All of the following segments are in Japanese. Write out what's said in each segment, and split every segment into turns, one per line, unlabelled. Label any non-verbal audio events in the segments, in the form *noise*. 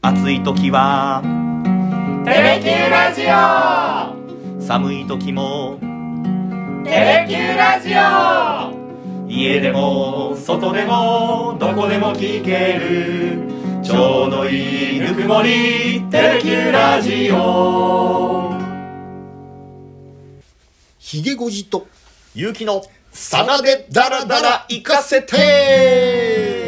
暑い時は
テレキューラジオ
寒い時も
テレキューラジオ
家でも外でもどこでも聞けるちょうどいいぬくもりテレキューラジオ
ヒゲゴジと
ゆうきの
サナでダラダラ行かせて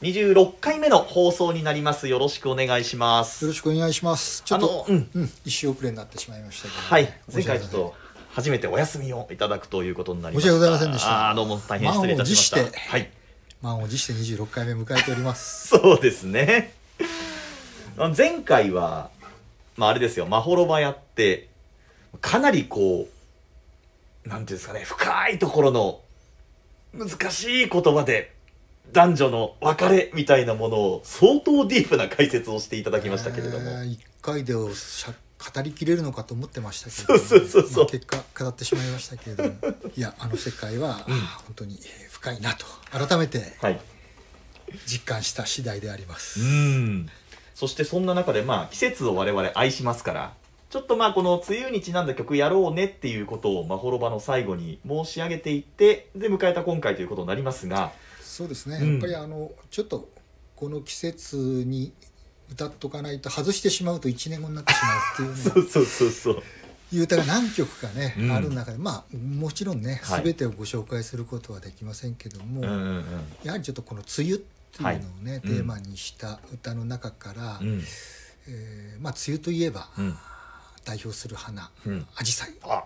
26回目の放送になりますよろしくお願いしま
よ
す
ろしくお願いしますちょっと、
あのうん
うん、一周遅れになってしまいましたけど、
はい前回ちょっと初めてお休みをいただくということになりました
申し訳ございませんでした
あーどうも大変失礼いたしました
満を持して
はい
満を持して26回目迎えております
*laughs* そうですね。あの前回は、まああれですよ、まほろばやって、かなりこう、なんていうんですかね、深いところの難しい言葉で、男女の別れみたいなものを相当ディープな解説をしていただきましたけれども。
えー一回でをしゃ語りきれるのかと思ってましたけ
そう
れども
そうそうそう
まあ結果語ってしまいましたけれどもいやあの世界は、本当にえー深いなと改めて
はい。
実感した次第であります、
うん。そしてそんな中で、まあ季節を我々愛しますから、ちょっとまあこの梅雨にちなんだ曲やろうねっていうことを、まほろばの最後に申し上げていって、で迎えた今回ということになりますが、
そうですね、
うん
やっぱりあのちょっとこの季節に歌っとかないと外してしまうと1年後になってしまうっていうのが
そうそうそうそう。
いう歌が何曲かね、
うん
ある中でまあもちろんね
はい
全てをご紹介することはできませんけども、
うんうん
やはりちょっとこの「梅雨」っていうのをね、
い
テーマにした歌の中から、
うん。うん
えーまあ、梅雨といえば、
うん
代表する花
うん。
アジサイ
あ、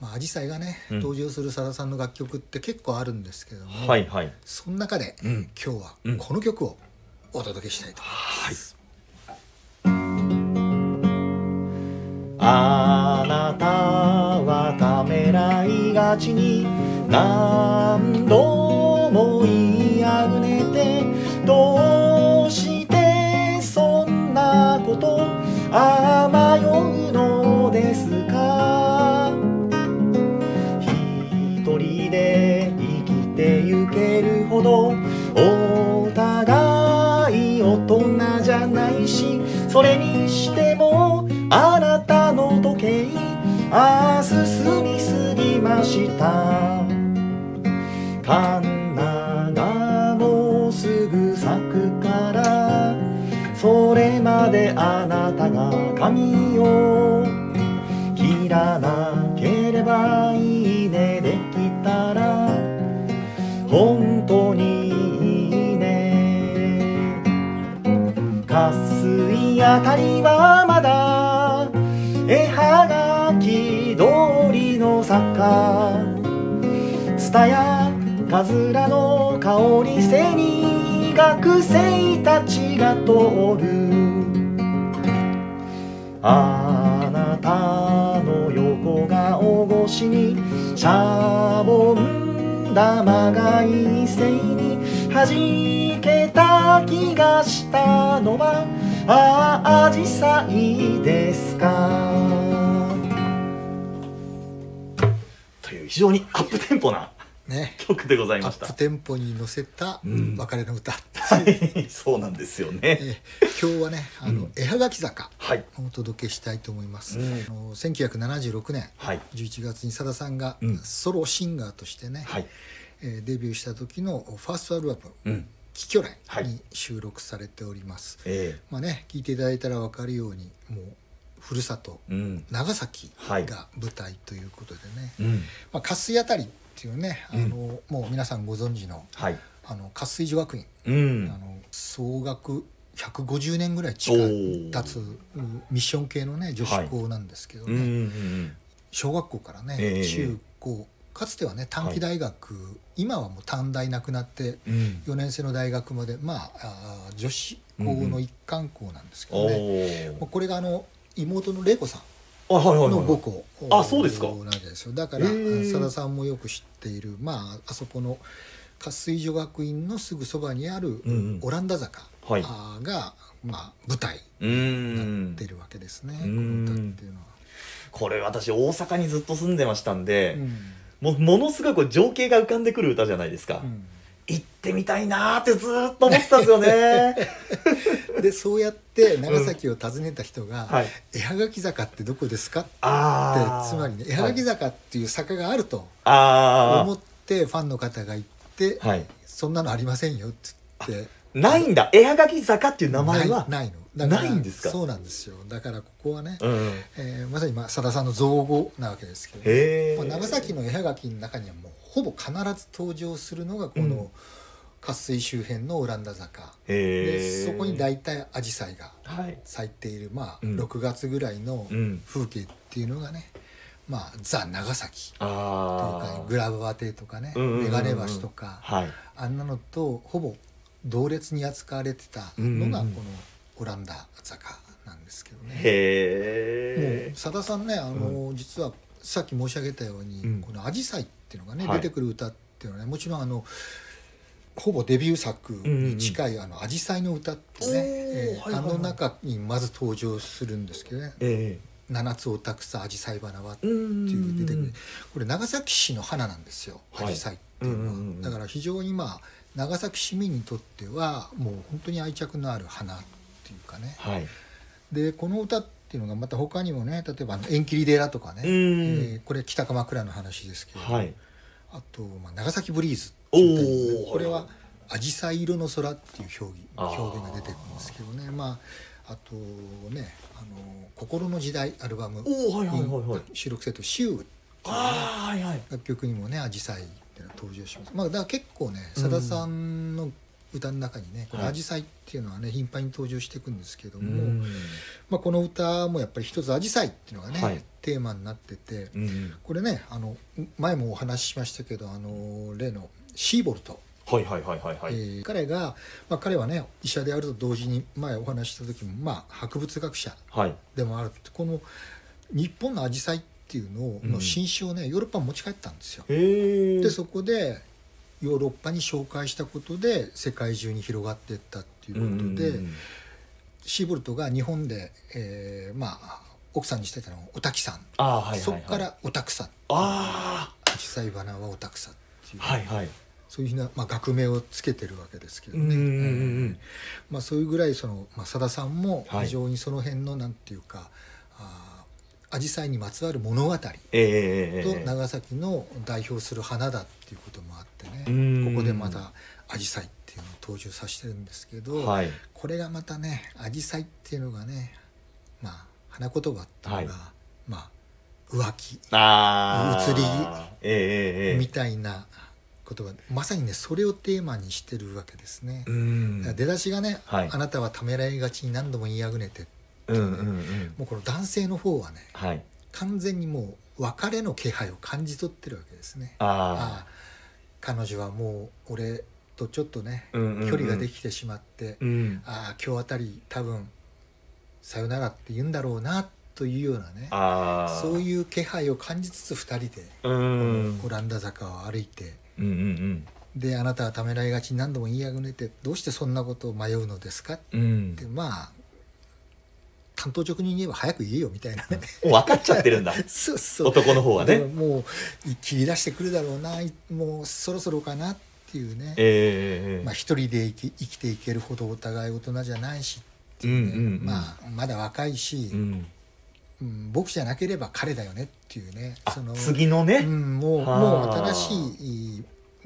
まあアジサイがね、
うん
登場するさださんの楽曲って結構あるんですけども、
はいはい。
その中で、
うん
今日は
うん
この曲をお届けしたいと思います。
はい。あなたはためらいがちに何度も言いあぐねてどうしてそんなことあまようのですか一人で生きてゆけるほどお互い大人じゃないしそれにしてもあなたの時計ああ進みすぎましたカンナがもうすぐ咲くからそれまであなたが髪を切らなければいいねできたら本当にいいね渇水あたりはまだ絵はがき通りの坂蔦やかずらの香り背に学生たちが通るあなたの横顔越しにシャボン玉が一斉に弾けた気がしたのはああアジサイですかという非常にアップテンポな
ね
曲でござい
ア
まし
ップ
た。
テンポに乗せた
うん
別れの歌、
はい、そうなんですよね。
えー今日はねあ
う
の、
ん
絵はがき坂
はい。
お届けしたいと思います、
うん
あの1976年
はい。
11月にさださんが
うん
ソロシンガーとしてね、
はい。
えーデビューした時のファーストアルバム
うん。
「キキョレ
は
ン」
い
に収録されております、
え
まあね聞いていただいたら分かるようにもうふるさと
えうん。
長崎
はい
が舞台ということでね、
うん。
まあ、加水あたりっていうねあ
うん
の、もう皆さんご存知の
はい。
あの加水女学院、
うん
あ。の総額150年ぐらい近い経つうんミッション系のね女子校なんですけど
う
ね、
んうん
小学校からね、
ええ
中高かつてはね短期大学、今はもう短大なくなって
うんうん。
4年生の大学までまああー女子校の一貫校なんですけど
お
ね、ま
ー
あこれがあの妹の玲子さん
あはいはいはい
の母校
あそうですか
なんですよだか
へ
ら
え
さださんもよく知っているまああそこの活水女学院のすぐそばにある
うんうん
オランダ坂
はい
あーが、まあ、舞台
うーん
出るわけですね、
うん
この歌っていうのは。
これ私大阪にずっと住んでましたん
う
で、
ん
もうものすごいこう情景が浮かんでくる歌じゃないですか、
うん
行ってみたいなーってずーっと思ってたんですよね
*laughs* でそうやって長崎を訪ねた人が
はい
「絵はがき坂ってどこですか?」って
ああ
つまりね絵はがき
はい、
坂っていう坂があると
あ
思ってファンの方が行って
あはい
「そんなのありませんよ」って言って。
ないんだ絵はがき坂っていう名前は
ないないのだら
ないんですか
そうなんですよだからここはね、
うん
えーまさにまあさださんの造語なわけですけど、
へえ
まあ、長崎の絵はがきの中にはもうほぼ必ず登場するのがこ
う
の渇水周辺のオランダ坂、
へ
で
え
そこに大体アジサイが
はい
咲いている、まあ、
うん
6月ぐらいの
うん
風景っていうのがね、まあ、ザ・長崎というか
あ
グラブワテとかね
うんうんうんうん
メガネ橋とか、
あはい
あんなのとほぼ同列に扱われてたのが
う
こ
んう
の
ん
オランダ坂なんですけどね。も
へ
う
え
さださんねあの、実はさっき申し上げたように、
うん
この「アジサイっていうのがね、
はい
出てくる歌っていうのはねもちろんあのほぼデビュー作に近い「あのアジサイの歌」ってね、
おー
えー
はいはいはい
あの中にまず登場するんですけどね
え
「七つおたくさアジサイ花は」
えうん
っていう出てくるこれ長崎市の花なんですよ
はい
紫陽花っていうのは、
うんうんうん
だから非常にまあ長崎市民にとってはもう本当に愛着のある花っていうかね
はい
でこの歌っていうのがまた他にもね例えばあの「縁切り寺」とかね、
うん
えーこれ北鎌倉の話ですけど、
はい
あと、まあ「長崎ブリーズ」っていう歌に
おー
もねこれは「紫陽花色の空」っていう表現
あー
表現が出てくるんですけどねまああとね「あの心の時代」アルバムに
おおはいはいはいはい
収録されてる「シュー」
ああはいはい
楽曲にもね「アジサイっていうのが登場します、まあ、だから結構ねさださんの歌の中にね「この
はい
アジサイっていうのはね頻繁に登場していくんですけど
う
も、
ん
まあ、この歌もやっぱり一つ「アジサイっていうのがね、
はい
テーマになってて
うん
これねあの前もお話ししましたけどあの例のシーボルト、
はいはいはいはいは
え
い
ー彼が、まあ、彼はね医者であると同時に前お話しした時も、まあ、博物学者
はい
でもあるってこの日本のアジサイっていうのの新種をね、ヨーロッパに持ち帰ったんですよ。
へえ
でそこでヨーロッパに紹介したことで世界中に広がっていったっていうことで、シーボルトが日本で、えーまあ奥さんにしてたのがおたきさん、
ああはいはいはい
そこからおたくさん
あ
実際花はおたくさんっていう、
あはいはい
そういうふうな、まあ、学名をつけてるわけですけど
う
ね、
んうんうんう
えー
ん
まあ、そういうぐらいその、まあ、さださんも
はい
非常にその辺のなんていうか、ああ紫陽花にまつわる物語
ええええ
と
ええ
長崎の代表する花だっていうこともあって
うん
ねここでまたアジサイっていうのを登場させてるんですけど、
はい
これがまたねアジサイっていうのがねまあ花言葉っていうのが、
は
まあ浮気
ああ
移り
ええええ
みたいな言葉で、まさにねそれをテーマにしてるわけですね。
うん
だから出だしがね、
はい
あなたはためらいがちに何度も言いあぐねて
うんうんうん
もうこの男性の方はね
はい
完全にもう別れの気配を感じ取ってるわけですね。ああ
あ
彼女はもう俺とちょっとね、
うんうんうん
距離ができてしまって、
あうん
ああ今日あたり多分さよならって言うんだろうなというようなね
ああ
そういう気配を感じつつ2人で
うんうん
オランダ坂を歩いて
うんうん
であなたはためらいがちに何度も言いあぐねてどうしてそんなことを迷うのですかっ
うん
てまあ担当直入に言えば早く言えよみたいなね
もう分かっちゃってるんだ
*laughs* そう *laughs* そう
男の方は
で
ね
ももう切り出してくるだろうないもうそろそろかなっていうね、
ええええ
まあ、一人で生き生きていけるほどお互い大人じゃないし、
うんうんうん
まあ、まだ若いし、
うん
うん僕じゃなければ彼だよねっていうね
あ
その、
次の
う
ね
ん、もう
はあ
もう新しい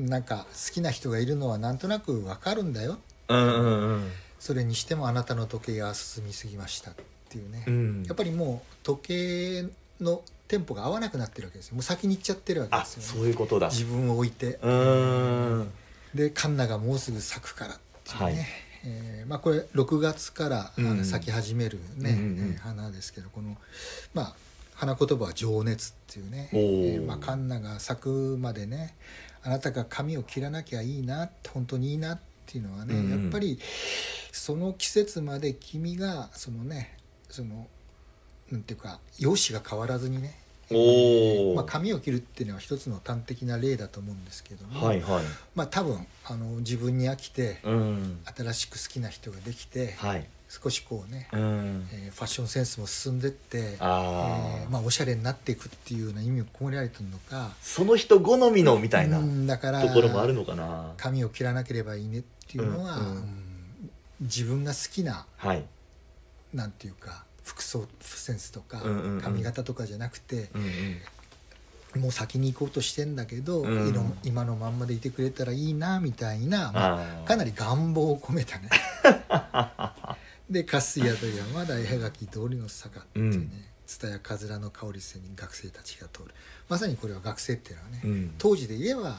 なんか好きな人がいるのはなんとなくわかるんだよ
うんうんうん
それにしてもあなたの時計が進みすぎましたっていうね、
うん
やっぱりもう時計のテンポが合わなくなってるわけですよもう先に行っちゃってるわけ
あ
ですよね
そういうことだ
自分を置いて、
うーん
でカンナがもうすぐ咲くからっていうね、
はい
えーまあ、これ6月からあ
うん
の咲き始める、ね
うんうんうん
えー花ですけどこの、まあ、花言葉は「情熱」っていうね、
お
え
ー
ーまあ、カンナが咲くまでねあなたが髪を切らなきゃいいな本当にいいなっていうのはね、
うんうん
やっぱりその季節まで君がそのねそのなんていうか容姿が変わらずにね、
おお
まあ、髪を切るっていうのは一つの端的な例だと思うんですけども、
はいはい
まあ多分あの自分に飽きて
うん
新しく好きな人ができて、
はい
少しこうね、
うん
えーファッションセンスも進んでって、え
あ
ー
あ
まあ、おしゃれになっていくっていうような意味を込められてるのか
その人好みのみたいな
うんだから
ところもあるのかな
髪を切らなければいいねっていうのは、
うんうん
うん自分が好きな
はい
なんていうか服装センスとか
うんうんうん
髪型とかじゃなくて、
うんうん
もう先に行こうとしてんだけど、
うん
今の今のまんまでいてくれたらいいなみたいな、まあ
あ
か
あ
なり願望を込めたねで「粕谷と山田絵はがき通りの坂」っていう
う
ね
ん
「蔦屋かずらの香り線に学生たちが通る」まさにこれは学生っていうのはね、
うん
当時で言えば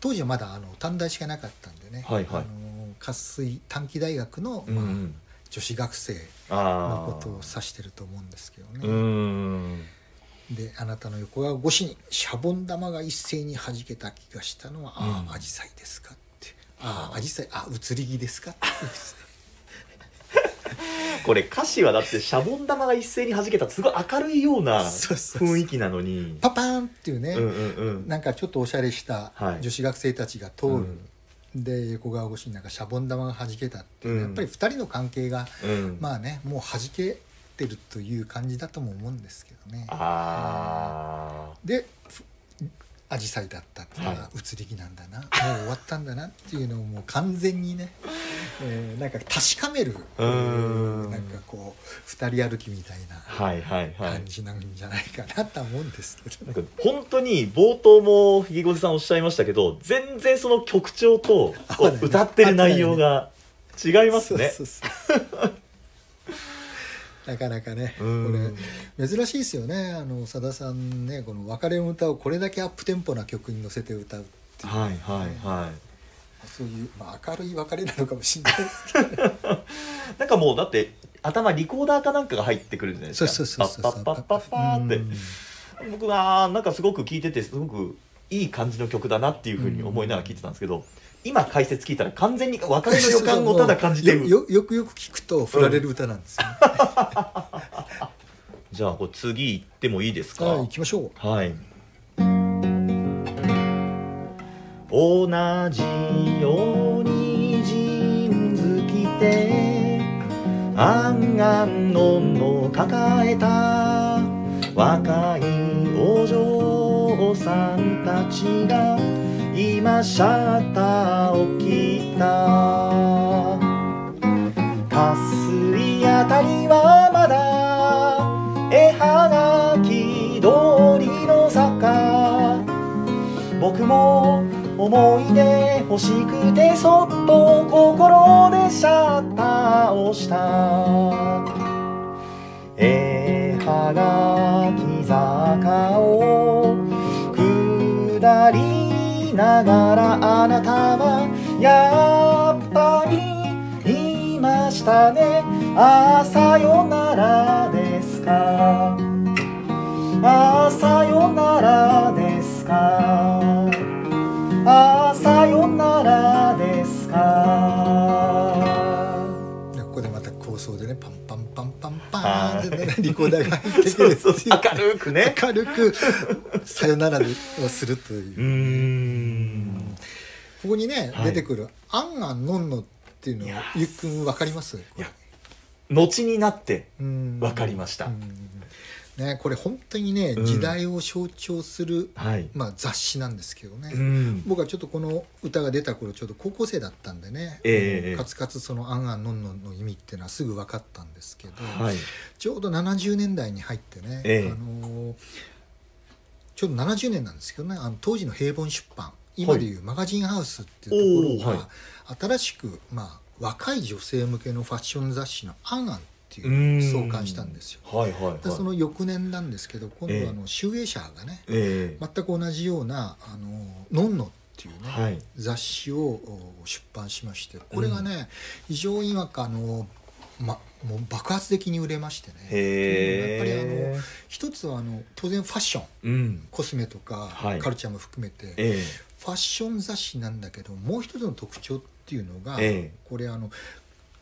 当時はまだあの短大しかなかったんでね、
はいはい
あの活水短期大学の、
うんう
まあ
ん
女子学生
あ
の
あ
ことを指してると思うんですけどね。
うん
であなたの横顔越しにシャボン玉が一斉に弾けた気がしたのは「あ
うん
あアジサイですか」って「ああアジサイあ移り気ですか」って言うんですね
これ歌詞はだってシャボン玉が一斉に弾けたすごい明るいような
そうそうそう
雰囲気なのに
パパーンっていうね、
うんうんうん
なんかちょっとおしゃれした
はい
女子学生たちが通る、で横顔越しになんかシャボン玉が弾けたっていうね、
うん
やっぱり2人の関係が
うん
まあねもう弾けてるという感じだとも思うんですけどね。
あ
でふアジサイだったっていうの
は
が移り気なんだな、もう終わったんだなっていうのをもう完全
*laughs*
にね、えーなんか確かめる
うん
なんかこう二人歩きみたい
あはいはい
な
はい
感じなんじゃないかなとは思うんですけ
な
ど、
んか本当に冒頭もひげごじさんおっしゃいましたけど全然その曲調と
合
こ
わないうね
歌ってる内容が違いますね。
そうそうそう *laughs* なかなかね
う
こ
ん
れ珍しいですよねあのさださんねこの別れの歌をこれだけアップテンポな曲に乗せて歌うっていう
はいはいは
そういう、まあ、明るい別れなのかもしれ
*laughs*
ないですけど
い。なんかもうだって頭リコーダーかなんかが入ってくるじゃないです
そう
か。
そうそうそう
パッパッパッパッパーって。
うん
僕はなんかすごく聴いててすごくいい感じの曲だなっていうふうに思いながら聴いてたんですけど、今解説聞いたら完全に別れの予感をただ感じて
よ
る
よよくよく聞くと振られる歌なんですよ、
じゃあこう次行ってもいいですか
はい行きましょう
はい同じようにジーンズ着てあんあんのんの抱えた若いお嬢さんたちが今シャッターを切ったかすりあたりはまだ絵はがき通りの坂僕も思い出欲しくてそっと心でシャッターをした絵はがき坂を下りながらあなたはやっぱりいましたねああさよならですかああさよならですかああさよならですか
でここでまた構想でねパンパンパンパンパー
*laughs*
ンって、ね、リコーダーが入ってく
そう
る
そう
っていう
明るくね
明るく「さよなら」をするというう、
ーん
ここにね、
はい
出てくる「あんあんのんの」っていうの
いや
ゆっくんわかります
いや後になって
うん
わかりました
うんね、これ本当にね
うん
時代を象徴する、
はい
まあ、雑誌なんですけどね、
うん
僕はちょっとこの歌が出た頃ちょっと高校生だったんでね、
ええ
かつかつその「あんあんのんのん」の意味っていうのはすぐ分かったんですけど、
はい
ちょうど70年代に入ってね、
ええ
あのーちょうど70年なんですけどねあの当時の平凡出版今でいうマガジンハウスっていうところ
お
が、
ーは
新しく、まあ、若い女性向けのファッション雑誌の「あんあん」っていううの
ーん
を創刊したんですよ。
はいはいはい
でその翌年なんですけど今
ええ
度あの集英社がね、
ええ
全く同じような「あののんの」っていうね、
はい
雑誌をお出版しましてこれがね、非常に今あの、ま、もう爆発的に売れましてね
へえ
やっぱりあの一つはあの当然ファッション
うん
コスメとか、
はい
カルチャーも含めて
ええ
ファッション雑誌なんだけどもう一つの特徴っていうのが、
ええ
これあの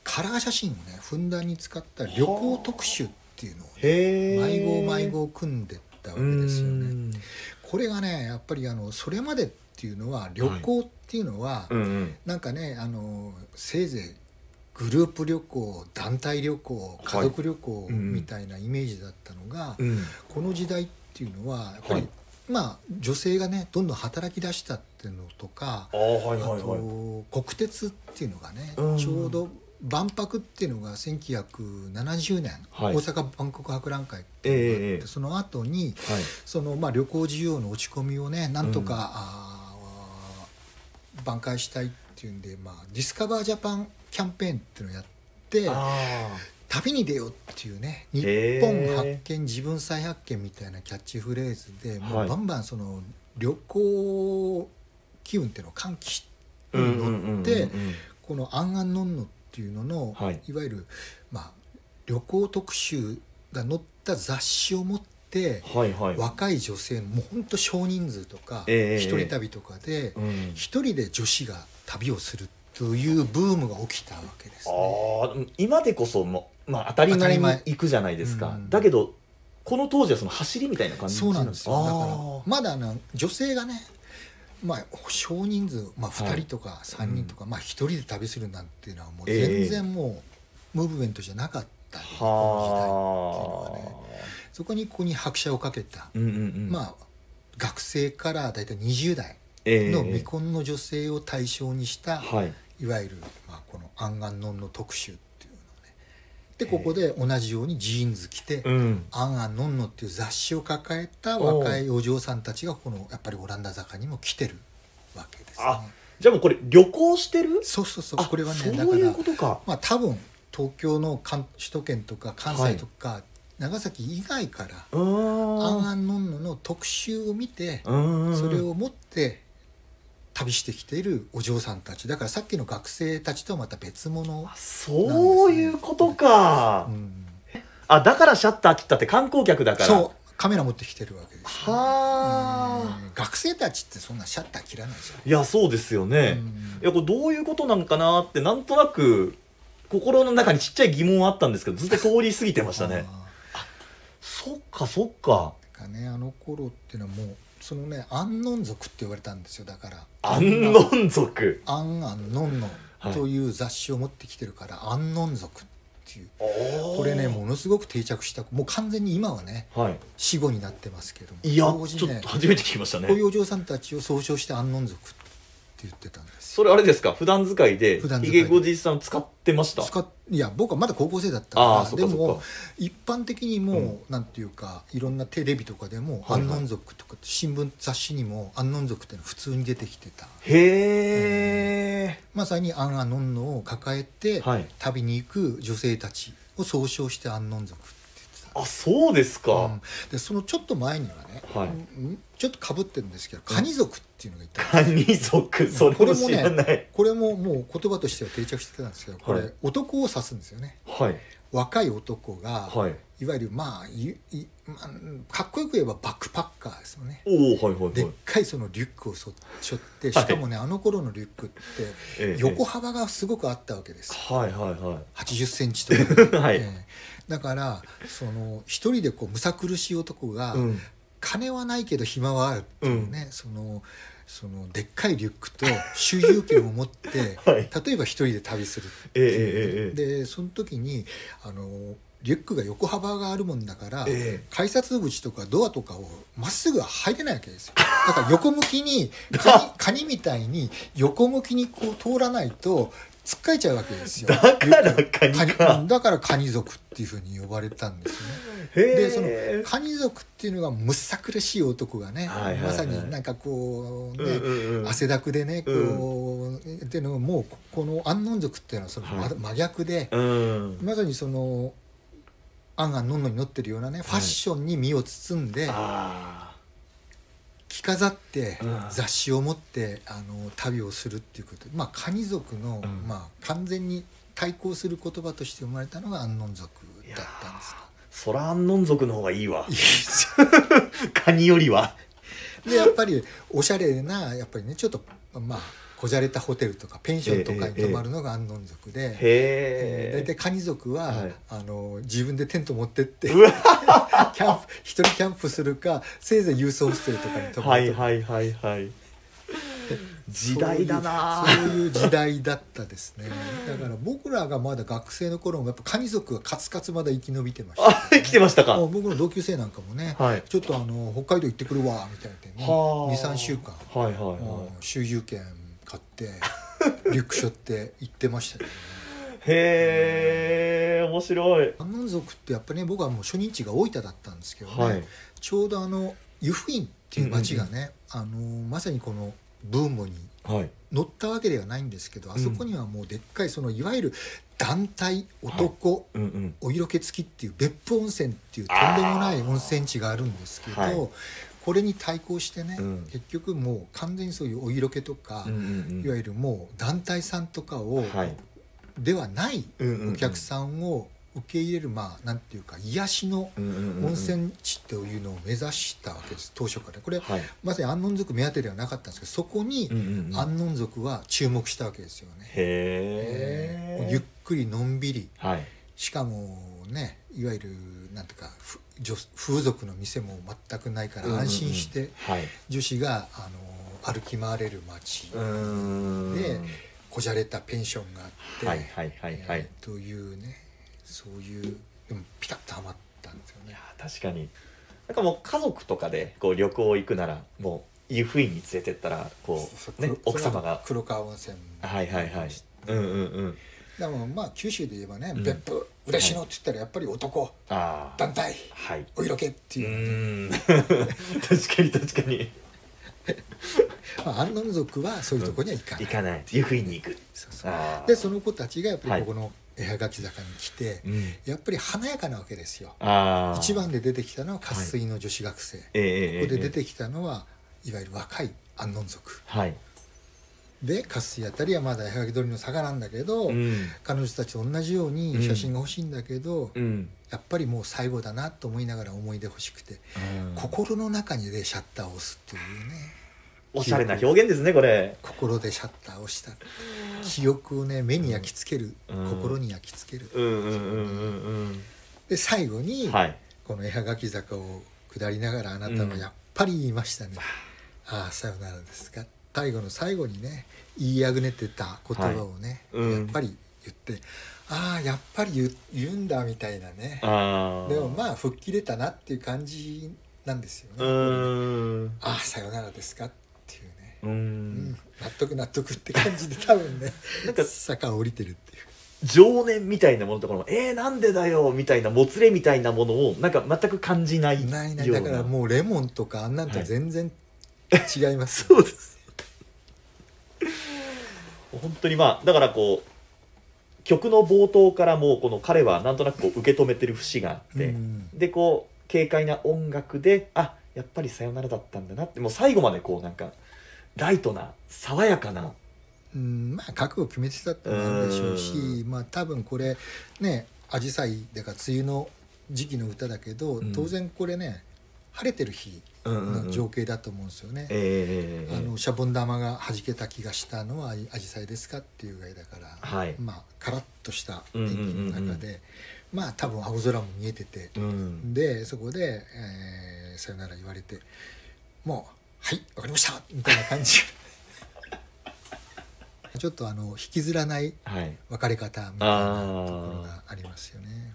カラー写真をねふんだんに使った旅行特集っていうのを
へえ
迷子迷子を組んでったわけですよね。これがねやっぱりあのそれまでっていうのは旅行っていうのは、
うんうん
なんかねあのせいぜいグループ旅行団体旅行
い
家族旅行
うん
みたいなイメージだったのが、
うん
この時代っていうのはやっぱり、
はい
まあ女性がねどんどん働き出したっていうのとか
ああは
あ
いはいはい
と国鉄っていうのがね、
うん
ちょうど万博っていうのが1970年、
はい
大阪万国博覧会って
え
いうのがあって、
えええ
その後に
はい
そのまあ旅行需要の落ち込みをねなんとか、
うん
あー挽回したいっていうんで、まあ、ディスカバージャパンキャンペーンっていうのをやって
あ
旅に出ようっていうね日
へー
本発見自分再発見みたいなキャッチフレーズでも
は
う
い
バンバンその旅行機運っていうのを喚起して
あうんうんうんうんうん
でこの「あんあんのんの」っていうのの、
はい
い、わゆる、まあ、旅行特集が載った雑誌を持って
はいはい
若い女性のもうほんと少人数とか、
ええ
一人旅とかで
うん
一、人で女子が旅をするというブームが起きたわけですね。
あー今でこそもう、まあ、当たり
当た
前
り
に
前
行くじゃないですか、
うん
だけどこの当時はその走りみたいな感じ
そうなんですよだから
あ
まだな女性がねまあ、少人数、まあ、
はい
2人とか3人とか、まあ、1人で旅するなんていうのはもう全然もうムーブメントじゃなかった、
ー
この時代っていうのはね
は
そこにここに拍車をかけた、
あ、うんうんうん、あ、
まあ学生から大体20代
ええ
の未婚の女性を対象にした、
はい
いわゆる、まあ、この「アンガンノン」の特集っていうのねでここで同じようにジーンズ着て
うん
「アンアンノンノ」っていう雑誌を抱えた若いお嬢さんたちがこのやっぱりオランダ坂にも来てるわけです、ね、
あじゃあもうこれ旅行してる
そうそうそう
あ
これはねだ
そ
か
ういう
ら
ことか
まあ多分東京の関首都圏とか関西とか、長崎以外から
うー
「ア
ん
ンアンノンノ」の特集を見て、
うんうん
それを持って旅してきているお嬢さんたちだからさっきの学生たちとはまた別物
あ、そういうことか、
うん、
あだからシャッター切ったって観光客だから
そうカメラ持ってきてるわけですよ
はあ、
うん学生たちってそんなシャッター切らないじ
いやそうですよ
ゃん、
ね、
うん
いやこれどういうことなんかなってなんとなく心の中にちっちゃい疑問はあったんですけどずっと通り過ぎてましたね
あ
そっかそっか
ーなんかねあの頃っていうのはもうそのねアンノン族って言われたんですよだから
アンノン族
アンアンノンノ
はい
という雑誌を持ってきてるから、アンノン族っていう
こ
これねものすごく定着したもう完全に今はね
は
死後になってますけども
いいやちょ
当時
っ
ね
と初めて聞きました
こうい
ね
うお嬢さんたちを総称して安穏族って言ってたんです
それあれですか普段使いで
普段使
ヒ
いで
ゲゴジさん使ってました
使っいや僕はまだ高校生だった
ああ
か
そ
ら
っか
で
そっ
も
か
一般的にもう、なんていうかいろんなテレビとかでも
はいはい
安穏族とか新聞雑誌にも安穏族っていうのは普通に出てきてた
へえ、
まさに安安穏のを抱えて、
はい
旅に行く女性たちを総称して安穏族って言ってた
あそうです
う
か
ん、でそのちょっと前にはね、
はい
うんちょっとかぶってるんですけどカニ族っていうのがい
*laughs*
たんですよ
カニ族それ
これ
も
も
知
ね
らない、
これももう言葉としては定着してたんですけどこれ、
はい
男を指すんですよね
はい
若い男が、
はい
い、わゆるまあいいまあかっこよく言えばバックパッカーですよね
おおはいはい
でっ
はい
かいそのリュックをそしょって
はい
しかもね、あの頃のリュックっ
ええ
て横幅がすごくあったわけですよ
はいは
80センチとか、
*laughs* いはいはい、
ええだからその一人でこうむさ苦しい男が、
うん
金はないけど暇はあるっていうね、そのそのでっかいリュックと周遊券を持って、
*laughs* はい
例えば一人で旅する
ええええええ
でその時にあのリュックが横幅があるもんだから、
ええ
改札口とかドアとかをまっすぐは入れないわけですよだから横向き
*laughs*
にカニカニみたいに横向きにこう通らないとつっかえちゃうわけですよ
だからカニ
カニ
か
だからカニ族っていうふうに呼ばれたんですよね
へえ
でそのカニ族っていうのがむさ苦しい男がね、
はいはいはい
まさになんかこうね、
うんうんうん
汗だくでねこう、っていうのがもうここの安穏族っていうのはその、
はい
真逆で、
うん
まさにそのあんあんのんのに乗ってるようなねファッションに身を包んで、
あ
着飾って、
うん
雑誌を持ってあの旅をするっていうことまあカニ族の、
うん
まあ、完全に対抗する言葉として生まれたのが安穏族だったんですよ。
ーそら安穏族の方がいいわ
いい
カニよりは
でやっぱりおしゃれなやっぱりねちょっとまあこじゃれたホテルとかペンションとかに泊まるのが安穏族で、えー
へ
大体カニ族は、
はい
あの自分でテント持っ
*laughs*
てって
うわ
キャンプ一人キャンプするかせいぜい郵送ホステルとかに
え
泊ま
は
る
い
とか、
はいはいはい時代だな
そういうそういう時代だったですねだから僕らがまだ学生の頃もやっぱカニ族はカツカツまだ生き延びてました、
あ生きてましたか
もう僕の同級生なんかもね、
はい
ちょっとあの北海道行ってくるわみたいなってね
はあ
23週間
はいはいはい、
もう周遊券買って
*laughs*
リュック背負って行ってましたけどね
へえ面白い
観音族ってやっぱりね僕はもう初任地が大分だったんですけどね、
はい
ちょうどあの湯布院っていう町がね、あのまさにこのブームに
はい
乗ったわけではないんですけどあそこにはもうでっかいそのいわゆる団体男、
うんうん
お色気付きっていう別府温泉っていうとんでもない温泉地があるんですけど、
はい
これに対抗してね、
うん
結局もう完全にそういうお色気とか、
うんうん
いわゆるもう団体さんとかを、
はい
ではない
うんうんうん
お客さんを受け入れる、まあなんていうか癒しの
うんうんうんうん
温泉地というのを目指したわけです当初からねこれ、
はい
まさに安穏族目当てではなかったんですけどそこに
うんうんうん
安穏族は注目したわけですよね。
へえ
ゆっくりのんびり
はい
しかもねいわゆるなんていうかふ女風俗の店も全くないから安心して、
うんうんうんはい
女子があの歩き回れる街、
うーん
でこじゃれたペンションがあって、
はいはいはいはい
えーというねそういうでもピタッとはまったんですよ
い
ね
やー確かになんかもう家族とかでこう旅行行くならもう湯布院に連れてったらこう、ね
そ、
奥様が
黒川温泉
はいはいはいうんうんうん
でもまあ九州で言えばね、
うん
別府嬉野って言ったらやっぱり男
ああ
団体
はい
お色気って
う
いう、
ーん *laughs* 確かに確かに
まあ、安納族はそういうとこには行かない、
行かない湯布院に行く
そうそう
あー
でその子たちがやっぱ
は
り
い
ここの絵はがき坂に来て、
うん
やっぱり華やかなわけですよ
ああ
一番で出てきたのは渇水の女子学生、
ええええええ
ここで出てきたのはいわゆる若い安納族
はい
で喝水あたりはまだ矢掛鳥の坂なんだけど、
うん
彼女たちと同じように写真が欲しいんだけど、
うん
やっぱりもう最後だなと思いながら思い出欲しくて、心の中にでシャッターを押すっていうね
おしゃれな表現ですねこれ
心でシャッターを押した記憶をね目に焼き付ける、
うん
心に焼き付ける、
うんうんうんうん
で最後
う
に、
んはい
この絵はがき坂を下りながらあなたはやっぱり言いましたね、ああさよならですが最後の最後にね言いあぐねてた言葉をね、
はいうん
やっぱり言ってああやっぱり言う言うんだみたいなね
ああ
でもまあ吹っ切れたなっていう感じなんですよね、
うーん
ああさよならですかっていうね、
う
うん
ん
納得納得って感じで多分ね
なんか
坂を降りてるっていう
情念みたいなものとかもえー、なんでだよみたいなもつれみたいなものをなんか全く感じないような
ないないだからもうレモンとかあんなんとは全然違います、
そうです本当にまあだからこう曲の冒頭からもうこの彼はなんとなくこう受け止めてる節があって、
うん
でこう軽快な音楽であやっぱりさよならだったんだなってもう最後までこうなんかライトな爽やかな
うんまあ覚悟を決めてたってなんでしょうし
う
まあ多分これねアジサイだから梅雨の時期の歌だけど、
うん
当然これね晴れてる日の情景だと思うんですよね。
ええ
あのシャボン玉が弾けた気がしたのはアジサイですかっていうぐらいだから、
はい
まあカラッとした天気の中で、
うんうんうん
まあ多分青空も見えてて、
うん
でそこで、えーさよなら言われてもう「はいわかりました」みたいな感じ *laughs* ちょっとあの引きずらない
はい
別れ方みたいなところがありますよね。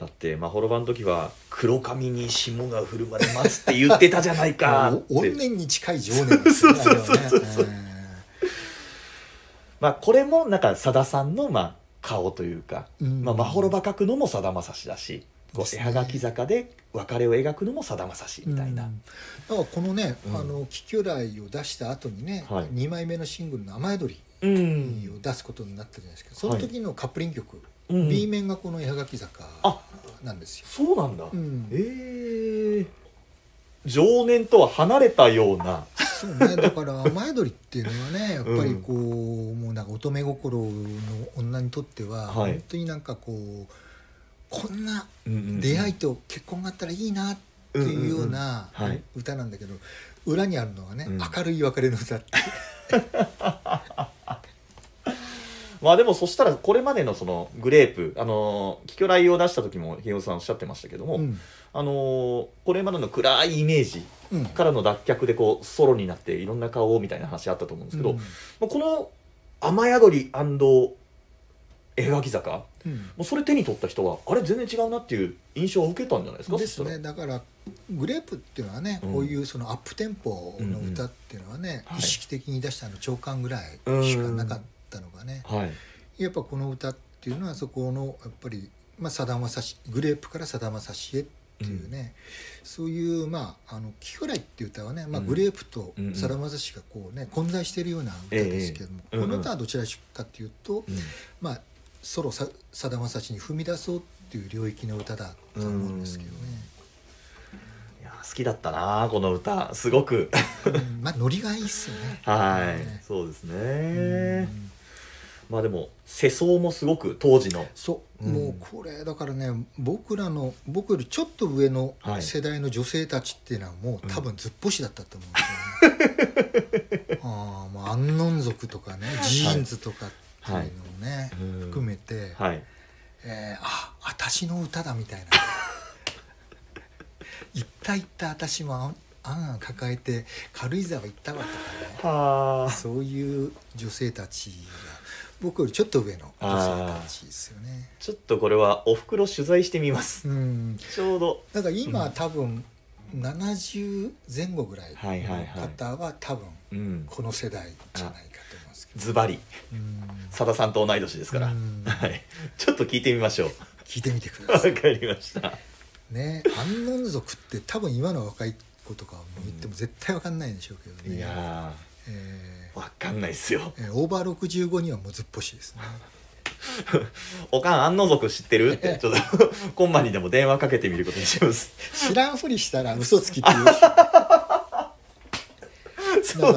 だってまほろばの時は「黒髪に霜が降るまで待つ」って言ってたじゃない
*laughs*
か
も
っ
う
て
怨念に近い情念ですよ
*laughs*
ね。
そうそうそうそう
あれはね
まあこれもなんかさださんのまあ顔というか、
うん
まあ、まほろば描くのもさだまさしだし、こ
です
う絵
ね
はがき坂で別れを描くのもさだまさしみたいな、
うんだからこのね、
うん
あの「キキュライ」を出した後にね、
はい
2枚目のシングルの「雨宿り
うん」
を出すことになったじゃないですかその時のカップリング曲、
うん
B 面がこの矢垣坂
あ
なんですよ。
そうなんだ、
うん
ええ情念とは離れたような
そうね、だ
*laughs*
から雨宿りっていうのはねやっぱりこう、もうなんか乙女心の女にとっては、
はい
本当になんかこうこんな出
出
会いと結婚があったらいいなっていうような
うんうんうんはい
歌なんだけど、裏にあるのはね、
うん
明るい別れの歌って
まあでもそしたらこれまでのそのグレープあのー「キキョライ」を出した時もひよさんおっしゃってましたけども、
うん
あのーこれまでの暗いイメージ
うん
からの脱却でこうソロになっていろんな顔をみたいな話あったと思うんですけど、
うん
もうこの「雨宿り描き坂」も
うん
うそれ手に取った人はあれ全然違うなっていう印象を受けたんじゃないですか
です
そした
ね
ら
だからグレープっていうのはね、
うん
こういうそのアップテンポの歌っていうのはね、
うんうん
意識的に出したの長官ぐらいしかなかったのがね、
はい
やっぱこの歌っていうのはそこのやっぱり、まあ、さだまさしグレープからさだまさしへっていうね、そういうまあ「あのキフライ」っていう歌はね、まあ、
うん
グレープと
うんうん
さだまさしがこうね混在しているような歌ですけども、
ええうんうん
この歌はどちらかっていうと、
うん
まあソロささだまさしに踏み出そうっていう領域の歌だと思うんですけどね。
いや好きだったなこの歌すごく
うんまあノリがいいっすよね。
はいそうです
う
ね
ん
まあでも世相もすごく当時の
そう、
うん
もうこれだからね僕らの僕よりちょっと上の
はい
世代の女性たちっていうのはもう多分ずっぽしだったと思う
*laughs*
んですよね。ああもう安納族とかねジーンズとかっていうのをね、
はいうん
含めて、
はい
えーあ私の歌だ
*laughs*
みたいな行った行った私もあんあんあん抱えて軽井沢行ったわとかね。
はあ
そういう女性たちが僕よりちょっと上の女性たちですよね。
ちょっとこれはおふくろ取材してみます
うん、
ちょうど
だから今、
うん
多分70前後ぐらい
はいはいはい
の方は多分
うん
この世代じゃないかと思いますけど。
ズバリ
うん
さださんと同い年ですから
うん
はいちょっと聞いてみましょう
聞いてみて *laughs* くだ
わ
さ
か
い。
りました *laughs*
ね、安納族って多分今の若い子とかも言っても絶対わかんないでしょうけどね。
いや
え
ーわかんないっすよ
ーえーオーバー65にはもうずっぽしですね。
おかん安納族知って
*laughs*
るってちょっとコンマにでも電話かけてみることにします
知らんふりしたら嘘つきっていうしだか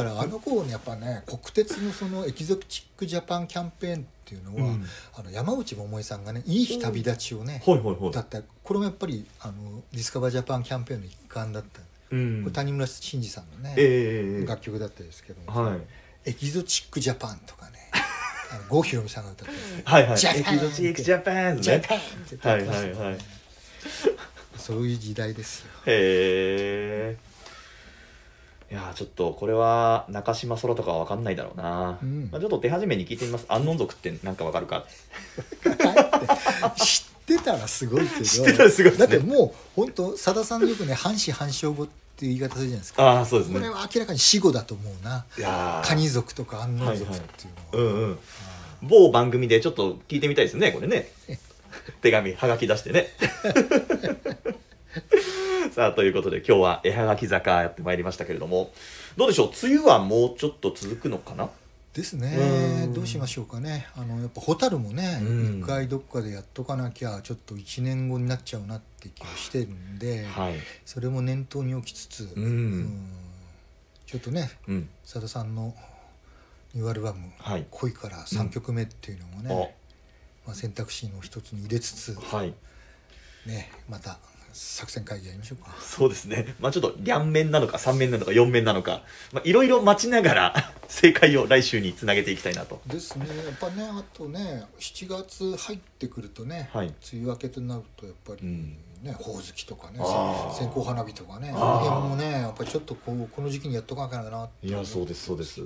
らあの頃にやっぱね国鉄のそのエキゾチックジャパンキャンペーンっていうのは、
うん
あの山内百恵さんがね「いい日旅立ち」をね、
ほいほいほい
歌ったこれもやっぱりあのディスカバージャパンキャンペーンの一環だった、
うん
これ谷村新司さんのね、
ええ
楽曲だったんですけども、
はい
エキゾチックジャパンとかね *laughs* あの郷ひろみさんが歌った
はいはい
ジャパン
エキゾチックジャパン
「
ね
ジャパン!」って歌
は
って
い
ま
は
した
い
よね
はいへ
そういう時代ですよ。
えいやーちょっとこれは中島空とかは分かんないだろうな、
うん
まあ、ちょっと手始めに聞いてみます安納族ってなんかわかるか
って知ってたらすごいけ
*laughs*
ど
知ってたらすごいです
だ
ね
ってもう本当さださんよくね半死半生語っていう言い方するじゃないですか
ああそうです
こ
ね
れは明らかに死語だと思うない
やー
カニ族とか安納族っていう
う
のは、
んうん某番組でちょっと聞いてみたいですねこれ *laughs* ね手紙はがき出してね *laughs* さあということで今日は絵はがき坂やってまいりましたけれどもどうでしょう梅雨はもうちょっと続くのかな
です
う
ね
ん
どうしましょうかねあのやっぱ蛍もね
うん
一回どっかでやっとかなきゃちょっと1年後になっちゃうなって気がしてるんで、
はい
それも念頭に置きつつ、
うん
うんちょっとね
うん
さださんのニューアルバム
はい
「恋」から3曲目っていうのも
あ
ね、まあ、選択肢の一つに入れつつ、
はい
ね、また作戦会議やりましょうか。
そうですねまあちょっと両面なのか3面なのか4面なのかまあいろいろ待ちながら *laughs* 正解を来週につなげていきたいなと
ですね、やっぱねあとね7月入ってくるとね、
はい
梅雨明けとなるとやっぱり、ねほおずきとかね
あー
線香花火とかねこの
あー
辺もねやっぱりちょっとこうこの時期にやっとかなきゃなって
いやそうですそうですい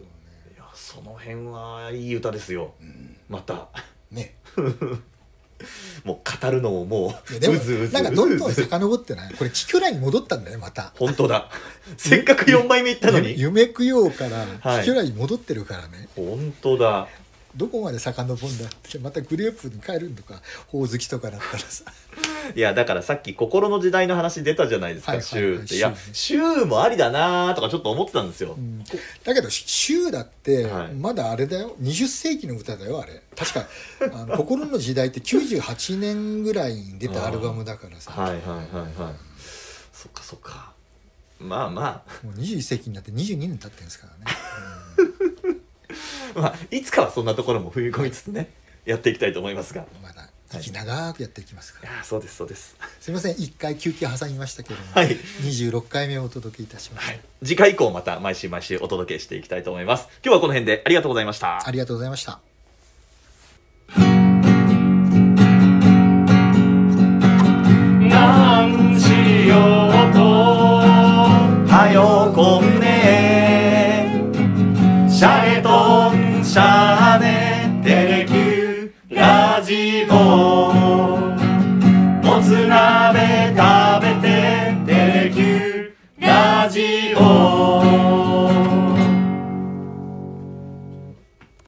やその辺はいい歌ですよ、また
ね
もう語るのもも
い
う
うやでも
ずうず
なんかどんど
うんずうず
遡ってないこれ地球ラインに戻ったんだよまた
本当だせっかく4枚目いったの
ゆ
に
夢供養から
はい
地球ラインに戻ってるからね、
本当だ
どこまで遡るんだってまたグレープに帰るんとかほおずきとかだったらさ
いやだからさっき心の時代の話出たじゃないです
は
か
いはい
週
はい
っていや週もありだなーとかちょっと思ってたんですよ
うんだけど週だって
はい
まだあれだよ、20世紀の歌だよあれ確かあの「 *laughs* 心の時代」って98年ぐらいに出たアルバムだからさ、
はいはいはいはいそっかそっかまあま
もう21世紀になって22年経ってるんですからね、 *laughs*
あまあいつかはそんなところも踏み込みつつねやっていきたいと思いますが
うんまだ息長くやっていきますか
い
ら、
やーそうですそうです
すいません一回休憩挟みましたけども、
はい
26回目をお届けいたしました、
次回以降また毎週毎週お届けしていきたいと思います今日はこの辺でありがとうございました
ありがとうございました
ねテレキューラジオ